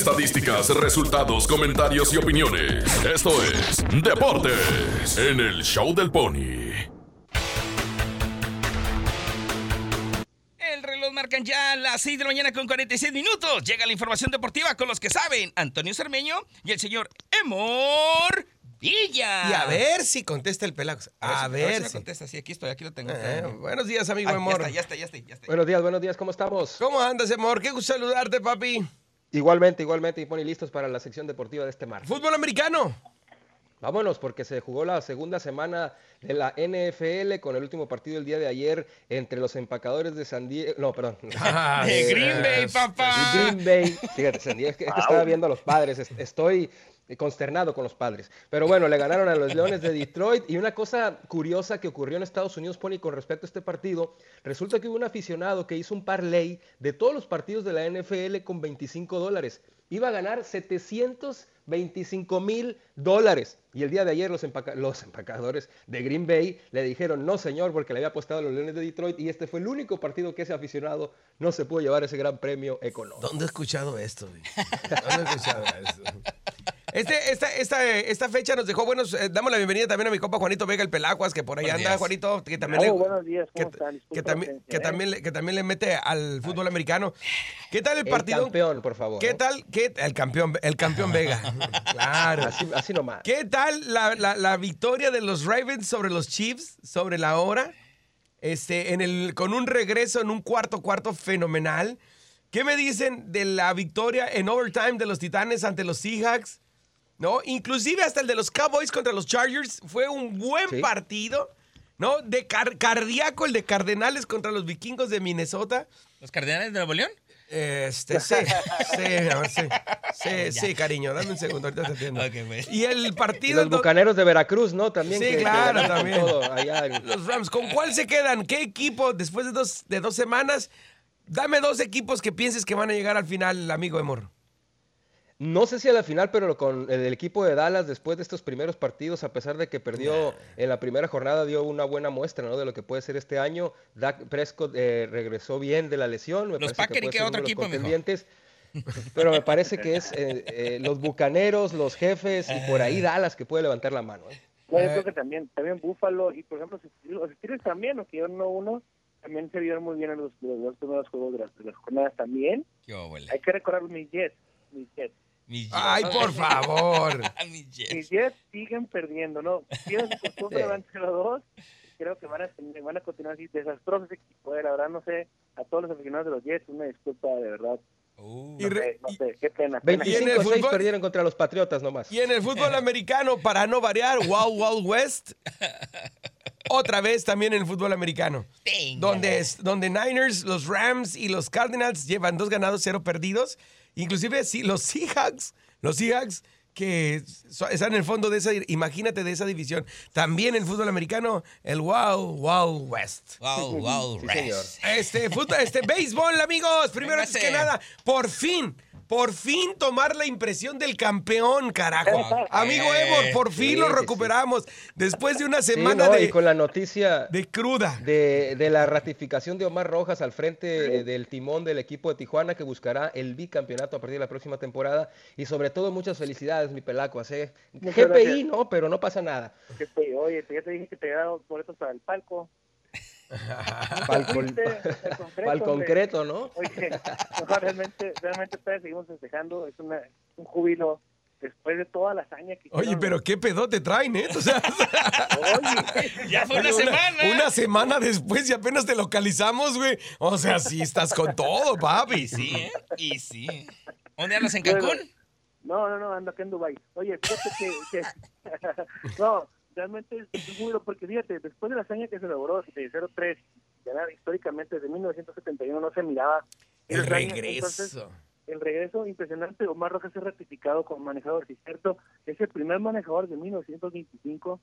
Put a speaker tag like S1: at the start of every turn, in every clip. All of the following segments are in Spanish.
S1: Estadísticas, resultados, comentarios y opiniones. Esto es Deportes en el Show del Pony.
S2: El reloj marcan ya las 6 de la mañana con 46 minutos. Llega la información deportiva con los que saben, Antonio Cermeño y el señor Emor Villa.
S3: Y a ver si contesta el Pelagos. A, ver,
S2: Ah. si me
S3: si.
S2: contesta, sí, aquí estoy, aquí lo tengo.
S3: Eh, buenos días,
S2: Ah,
S3: amigo
S2: ya
S3: amor.
S2: está, ya está, ya está, ya está.
S4: Buenos días, buenos días, ¿cómo estamos?
S3: ¿Cómo andas, amor? Qué gusto saludarte, papi.
S4: Igualmente, igualmente, y pone listos para la sección deportiva de este martes.
S3: Fútbol americano.
S4: Vámonos, porque se jugó la segunda semana de la NFL con el último partido el día de ayer entre los empacadores de San Diego. No, perdón.
S2: De Green Bay, papá.
S4: Y Green Bay. Fíjate, San Diego, es que es que estaba viendo a los padres. es- Estoy consternado con los padres. Pero bueno, le ganaron a los Leones de Detroit. Y una cosa curiosa que ocurrió en Estados Unidos, Pony, con respecto a este partido, resulta que hubo un aficionado que hizo un parlay de todos los partidos de la NFL con 25 dólares. Iba a ganar 725 mil dólares. Y el día de ayer los, empaca- los empacadores de Green Bay le dijeron no, señor, porque le había apostado a los Leones de Detroit. Y este fue el único partido que ese aficionado no se pudo llevar ese gran premio económico.
S3: ¿Dónde he escuchado esto? güey? ¿Dónde he escuchado esto? Este, esta, esta, eh, esta fecha nos dejó buenos. eh, damos la bienvenida también a mi compa Juanito Vega, el Pelaguas, que por ahí
S2: Buenos
S3: anda,
S2: días.
S3: Juanito, que también
S5: Bravo,
S3: le.
S5: buenos días,
S3: que,
S5: ¿cómo está?
S3: que
S5: Disculpa la
S3: también, que,
S5: ausencia, ¿eh?
S3: también, le- que también le mete al fútbol americano. ¿Qué tal el
S4: El
S3: partido?
S4: campeón, por favor.
S3: ¿Qué
S4: ¿eh?
S3: tal? ¿Qué, el campeón, el campeón Vega. Claro.
S4: Así, así nomás.
S3: ¿Qué tal la, la- la victoria de los Ravens sobre los Chiefs sobre la hora? Este, en el, con un regreso en un cuarto cuarto fenomenal. ¿Qué me dicen de la victoria en overtime de los Titanes ante los Seahawks? ¿No? Inclusive hasta el de los Cowboys contra los Chargers fue un buen
S4: Sí.
S3: partido. ¿No? De car- cardíaco el de Cardenales contra los vikingos de Minnesota.
S2: ¿Los Cardenales de Nuevo León?
S3: Este, sí, sí, no, sí, sí, sí, cariño, dame un segundo, ahorita te entiendo.
S2: Ok, güey.
S3: Y el
S4: Y
S3: partido...
S4: los
S3: do-
S4: bucaneros de Veracruz, ¿no? También.
S3: Sí,
S4: que- que
S3: claro,
S4: ganaron con
S3: también.
S4: todo allá en-
S3: Los Rams, ¿con cuál se quedan? ¿Qué equipo después de dos, de dos semanas? Dame dos equipos que pienses que van a llegar al final, amigo Emor.
S4: No sé si a la final, pero con el, el equipo de Dallas, después de estos primeros partidos, a pesar de que perdió en la primera jornada, dio una buena muestra, ¿no? De lo que puede ser este año. Dak Prescott eh, regresó bien de la lesión. Me
S2: Los Packers,
S4: parece que puede
S2: ¿qué
S4: ser uno
S2: otro
S4: de los
S2: equipo, mijo?
S4: contendientes. Pero me parece que es eh, eh, los bucaneros, los jefes y por
S3: Ah.
S4: ahí Dallas que puede levantar la mano. ¿eh?
S5: No, yo creo que también, también Búfalo y, por ejemplo, los- los Steelers también, aunque yo no uno, también se vieron muy bien en los, los dos primeros juegos de las, de las jornadas también.
S2: Qué óvole.
S5: Hay que recordar mis Jets. Mis Jets,
S2: Mis
S3: Ay,
S2: Jets.
S3: por favor.
S2: Mis
S5: mis
S2: Jets.
S5: Jets siguen perdiendo, ¿no? Tienen su costumbre,
S4: Sí.
S5: van 0-2. Creo que van a, tener- van a continuar así desastrosos equipos. Eh, La verdad, no sé, a todos los aficionados de los Jets, una disculpa, de verdad.
S2: Uh,
S3: Y, re-
S5: Eh, no sé, qué pena. pena.
S3: Y en el
S4: 25-6
S3: fútbol-
S4: perdieron contra los Patriotas nomás.
S3: y en el fútbol americano, para no variar, Wild Wild West. Otra vez también en el fútbol americano.
S2: tenga.
S3: donde, es- donde Niners, los Rams y los Cardinals llevan dos ganados, cero perdidos. Inclusive sí, los Seahawks, los Seahawks que so- están en el fondo de esa, imagínate de esa división. También el fútbol americano, el Wow Wow West.
S2: Wow, wow,
S4: Sí,
S2: Reds.
S4: señor.
S3: Este, fútbol, este, béisbol, amigos. Primero antes que
S2: Véngase.
S3: nada, por fin, por fin tomar la impresión del campeón, carajo.
S2: Ok.
S3: Amigo Evo, por fin
S4: Eh, Sí,
S3: lo
S4: sí, sí.
S3: recuperamos después de una
S4: Sí,
S3: semana
S4: ¿no?
S3: de,
S4: Y con la noticia
S3: de cruda.
S4: de, de la ratificación de Omar Rojas al frente eh, del timón del equipo de Tijuana que buscará el bicampeonato a partir de la próxima temporada. Y sobre todo, muchas felicidades, mi pelaco. ¿eh?
S5: Muchas
S4: GPI,
S5: gracias.
S4: ¿no? Pero no pasa nada.
S5: Que te- Oye, te- ya te dije que te había dado boletos para el palco.
S4: Para el,
S5: Fuiste al concreto, hombre.
S4: concreto, ¿no?
S5: Oye, no, realmente, realmente todavía seguimos festejando. Es una, un júbilo después de toda la hazaña que
S3: Oye,
S5: hicieron.
S3: pero qué pedo te traen, ¿eh? O sea,
S5: Oye,
S2: Ya fue una, semana.
S3: Una semana después y apenas te localizamos, güey. O sea, sí estás con todo, papi.
S2: Y sí, ¿eh? Y sí. ¿Dónde andas en Cancún?
S5: no, no, no, ando acá en Dubái. Oye, fíjate que... que- no, realmente es- es un júbilo porque fíjate, después de la hazaña que se logró de 0-3, ganar históricamente desde 1971 no se miraba.
S3: El
S5: esa hazaña. Entonces,
S3: regreso.
S5: el regreso impresionante, Omar Rojas es ratificado como manejador, sí, cierto, es el primer manejador de 1925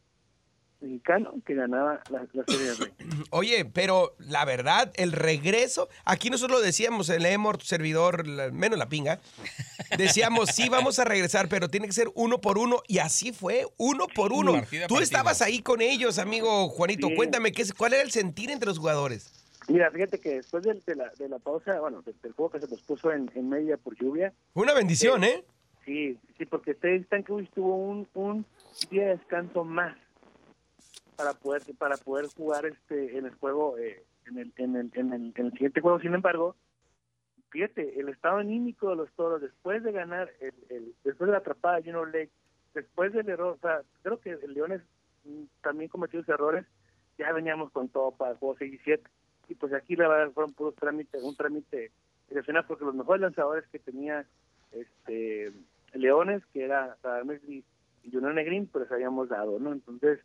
S5: mexicano que ganaba la, la Serie del Rey.
S3: Oye, pero la verdad, el regreso, aquí nosotros lo decíamos, el Emor, tu servidor, la- menos la pinga, decíamos, sí, vamos a regresar, pero tiene que ser uno por uno, y así fue, uno por uno.
S2: Partido a
S3: Tú
S2: partido.
S3: estabas ahí con ellos, amigo Juanito,
S5: Sí.
S3: cuéntame, ¿qué, es- ¿cuál era el sentir entre los jugadores?
S5: Mira, fíjate que después del- de, la, de la pausa, bueno, del, del juego que se nos puso en, en media por lluvia,
S3: Fue una bendición, ¿eh?
S5: sí, sí, porque Teddy Stankovic tuvo un, un día de descanso más para poder para poder jugar este en el juego eh, en, el, en, el, en, el, en el siguiente juego. Sin embargo, fíjate, el estado anímico de los toros después de ganar, el, el- después de la atrapada de Juno Lake, después del error, o sea, creo que el Leones mm, también cometió sus errores, ya veníamos con todo para el juego 6 y 7. Y pues aquí la verdad fueron puros trámites, un trámite excepcional porque los mejores lanzadores que tenía este Leones, que era Radamés y y Julián Negrín, pues les habíamos dado, ¿no? Entonces,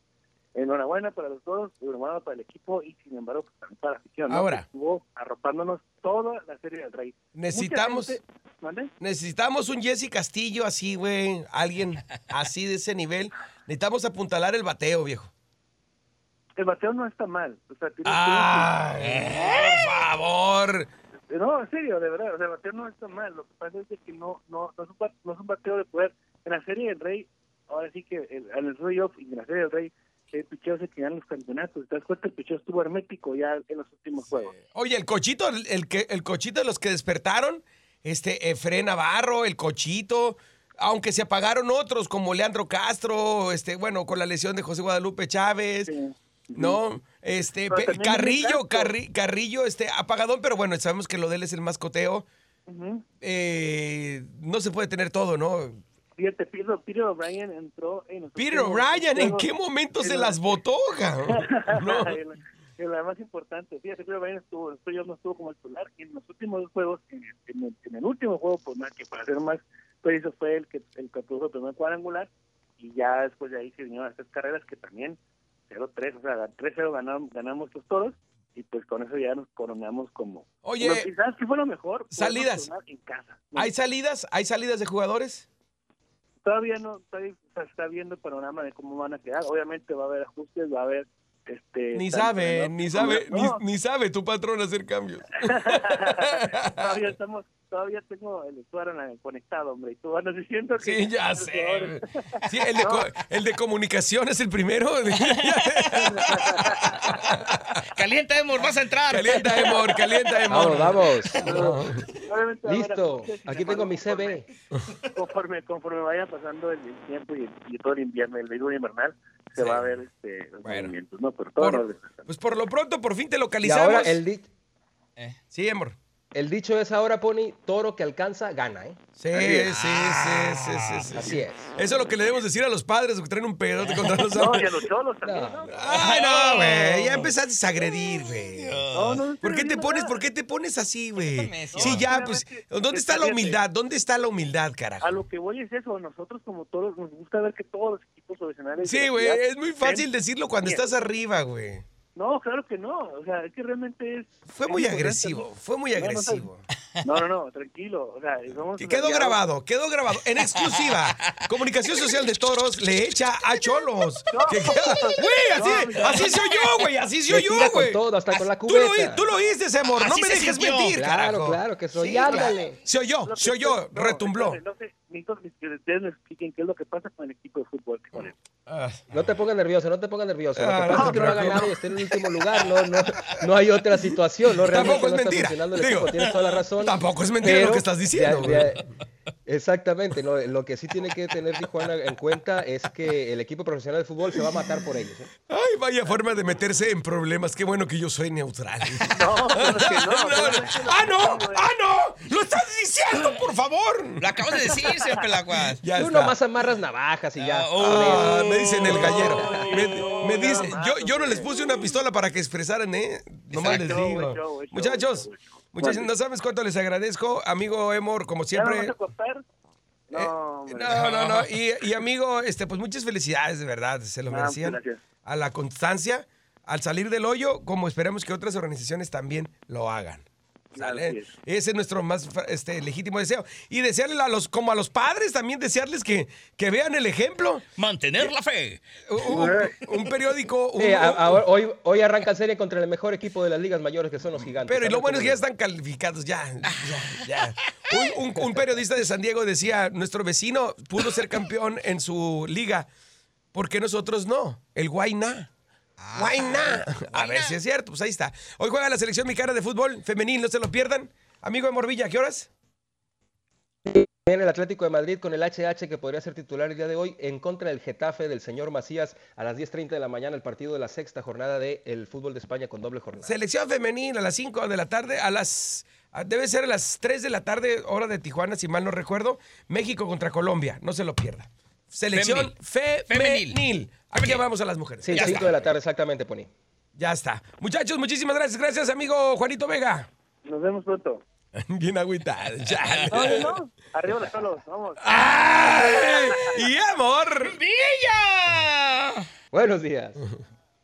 S5: enhorabuena para los toros, enhorabuena para el equipo y sin embargo pues, también para la afición. ¿no?
S3: Ahora.
S5: Que Estuvo arropándonos toda la serie del Rey.
S3: Necesitamos-
S5: Mucha gente- ¿Mande?
S3: Necesitamos un Jesse Castillo así, güey. Alguien así de ese nivel. Necesitamos apuntalar el bateo, viejo.
S5: El bateo no está mal. O sea, tiene-
S3: ¡Ay! ¡Por favor!
S5: tiene- No, en serio, de verdad. o sea, el bateo no está mal. Lo que pasa es de que no, no, no, es, un bat- no es un bateo de poder. En la serie del Rey, ahora sí que el- en el playoff y en la serie del Rey, el picheo se quedan los campeonatos. Te das cuenta, el picheo estuvo hermético ya en los últimos juegos.
S3: Oye, el cochito, el, el que, el cochito de los que despertaron, este, Efrén Navarro, el cochito, aunque se apagaron otros como Leandro Castro, este, bueno, con la lesión de José Guadalupe Chávez,
S5: Sí.
S3: ¿no? Este,
S5: Pero
S3: pe-
S5: también
S3: Carrillo,
S5: Leandro Castro.
S3: Carri- Carrillo, este, apagadón, pero bueno, sabemos que lo de él es el mascoteo.
S5: Ujú.
S3: Eh, no se puede tener todo, ¿no?
S5: Fíjate, Peter, Peter O'Brien entró en los
S3: Peter
S5: últimos
S3: O'Brien, ¿en
S5: juegos.
S3: qué momento se
S5: en
S3: las botó? cabrón? No.
S5: en, la, en la más importante. Fíjate, Peter O'Brien estuvo, en playoffs no estuvo como titular y en los últimos dos juegos, en el, en el- en el último juego, por más que para ser más preciso, fue el que, el que produjo el primer cuadrangular y ya después de ahí se vinieron las tres carreras que también 0-3, o sea, 3-0 ganamos, ganamos los toros y pues con eso ya nos coronamos como...
S3: Oye,
S5: Bueno, quizás que fue lo mejor. podernos
S3: salidas.
S5: coronar En casa. ¿no?
S3: ¿Hay salidas? ¿Hay salidas de jugadores?
S5: todavía no todavía se está viendo el panorama de cómo van a quedar obviamente va a haber ajustes va a haber este
S3: Ni
S5: tanto,
S3: sabe,
S5: ¿no?
S3: ni sabe, ni,
S5: No,
S3: ni sabe tu patrón hacer cambios.
S5: todavía estamos todavía tengo el usuario conectado hombre y tú andas diciendo que
S3: Sí, ya sé. Sí, el de, co- el de comunicación es el primero.
S2: Calienta, Emor, vas a entrar.
S3: calienta, Emor, calienta,
S4: Vamos,
S3: Emor.
S4: vamos.
S5: Obviamente va a haber
S4: Listo.
S5: ajustes, sin
S4: Aquí
S5: embargo,
S4: tengo mi
S5: conforme-
S4: CV.
S5: conforme conforme vaya pasando el, el tiempo y, y todo el invierno el verano invernal se
S3: Sí.
S5: va a ver este los
S3: Bueno.
S5: movimientos no pero todo
S3: Por- pues por lo pronto, por fin te
S4: Y
S3: localizamos.
S4: ahora el, di-
S3: Sí, Emor.
S4: el dicho es ahora, Pony, toro que alcanza, gana, ¿eh?
S3: Sí,
S4: Así
S3: sí,
S4: es.
S3: sí, sí, sí, sí.
S4: Ah, Así es.
S3: Eso es lo que le debemos decir a los padres que traen un pedote contra
S5: no
S3: nosotros.
S5: y a los cholos también
S4: No.
S5: no,
S3: Ay, no, güey. Ya empezaste a agredir, güey.
S5: No, no, no
S3: ¿Por qué te
S5: estoy viendo
S3: pones,
S5: nada.
S3: por qué te pones así, güey?
S2: necio.
S3: Sí,
S5: No,
S3: ya, pues,
S5: obviamente,
S3: ¿dónde
S5: es
S3: está la
S5: que fíjate.
S3: humildad? ¿Dónde está la humildad,
S5: A
S3: carajo?
S5: lo que voy es eso, nosotros como todos nos gusta ver que todos los equipos profesionales... de
S3: Sí,
S5: la
S3: güey,
S5: ciudad
S3: es muy fácil
S5: ven-
S3: decirlo cuando
S5: Mira.
S3: estás arriba, güey.
S5: No, claro que no, o sea, es que realmente es...
S3: Fue
S5: es
S3: muy
S5: importante,
S3: agresivo, fue muy
S5: no, no, no.
S3: agresivo.
S5: No, no, no, tranquilo, o sea, somos
S3: Que quedó
S5: aliados.
S3: grabado, quedó grabado. En exclusiva, Comunicación Social de Toros le echa a cholos. Que queda- Güey, así,
S5: No, no.
S3: así se oyó, güey, así se
S4: Le
S3: oyó,
S4: tira con
S3: güey.
S4: todo, hasta con la
S3: Tú lo,
S4: cubeta.
S3: oí- tú lo oíste, ese amor, no
S2: Así
S3: me
S2: se
S3: dejes
S2: sintió.
S3: mentir,
S4: Claro,
S3: carajo.
S4: claro que soy,
S3: claro.
S4: ándale.
S3: Se oyó,
S5: Lo que
S3: se oyó,
S5: no,
S3: retumbló.
S5: entonces, No sé, necesito que ustedes me expliquen qué es lo que pasa con el equipo de fútbol. que ponen.
S3: Ah.
S4: No te pongas nervioso, no te pongas nervioso. Lo
S3: Ah,
S4: que
S3: no
S4: pasa
S3: te
S4: es que no ha
S3: preocupes.
S4: ganado y está en el último lugar. No, no, no hay otra situación. No,
S3: Tampoco es
S4: Realmente no está
S3: mentira.
S4: funcionando el
S3: Digo,
S4: equipo, Tienes toda la razón.
S3: tampoco es mentira lo que estás diciendo,
S4: de- de- exactamente. no, lo que sí tiene que tener Tijuana en cuenta es que el equipo profesional de fútbol se va a matar por ellos. ¿eh?
S3: Ay, vaya forma de meterse en problemas. Qué bueno que yo soy neutral.
S5: No, claro que no,
S3: No, no.
S5: realmente
S3: ¡Ah, no!
S5: güey.
S3: ¡Ah, no! ¡Lo estás diciendo, por favor!
S2: Lo acabas de decir, señor Pelaguas.
S3: Ya
S4: Tú
S3: está.
S4: nomás amarras navajas y ya.
S2: Ah, oh.
S3: Ah,
S4: Con eso.
S3: me dicen el gallero. Me, me
S5: No,
S3: dice,
S5: nada más,
S3: yo, yo no les puse una pistola para que expresaran, ¿eh? Nomás les
S5: Exacto, güey, yo,
S3: digo.
S5: güey, yo,
S3: Muchachos,
S5: yo, yo.
S3: muchachos, no sabes cuánto les agradezco. Amigo Emor, como
S5: ¿Ya me vas
S3: siempre.
S5: a cortar? No, hombre.
S3: No, no, no. Y, y amigo, este, pues muchas felicidades, de verdad. Se lo
S5: Ah,
S3: merecían.
S5: muchas gracias.
S3: A la constancia, al salir del hoyo, como esperamos que otras organizaciones también lo hagan. ¿Sale?
S5: Así es.
S3: Ese es nuestro más fa- este, legítimo deseo. Y desearle a los, como a los padres también, desearles que, que vean el ejemplo.
S2: Mantener la fe.
S3: Un, un- un periódico. un-
S4: Eh, a- ahora- hoy, hoy arranca serie contra el mejor equipo de las ligas mayores, que son los gigantes.
S3: Pero y lo
S4: Hablan
S3: bueno es
S4: como
S3: que ya
S4: los-
S3: están calificados, ya. ya, ya. Un, un- un periodista de San Diego decía, nuestro vecino pudo ser campeón en su liga, ¿por qué nosotros no? El Guayna. Why not? A ver si es cierto, pues ahí está. Hoy juega la selección mexicana de fútbol femenil, no se lo pierdan. Amigo de Morvilla, ¿qué horas?
S4: Viene el Atlético de Madrid con el HH que podría ser titular el día de hoy en contra del Getafe del señor Macías a las 10.30 de la mañana el partido de la sexta jornada del fútbol de España con doble jornada.
S3: Selección femenil a las 5 de la tarde, a las a- debe ser a las 3 de la tarde, hora de Tijuana, si mal no recuerdo. México contra Colombia, no se lo pierda. Selección femenil.
S2: Femenil.
S3: Aquí vamos a las mujeres.
S4: Sí,
S3: ya,
S4: 5
S3: está.
S4: de la tarde exactamente, Pony.
S3: ya está. Muchachos, muchísimas gracias. Gracias, amigo Juanito Vega.
S5: Nos vemos pronto.
S3: Bien agüitado. ya.
S5: No, no, no. Arriba los solos, vamos.
S3: ¡Ay! Y amor.
S2: ¡Villa!
S4: Buenos días.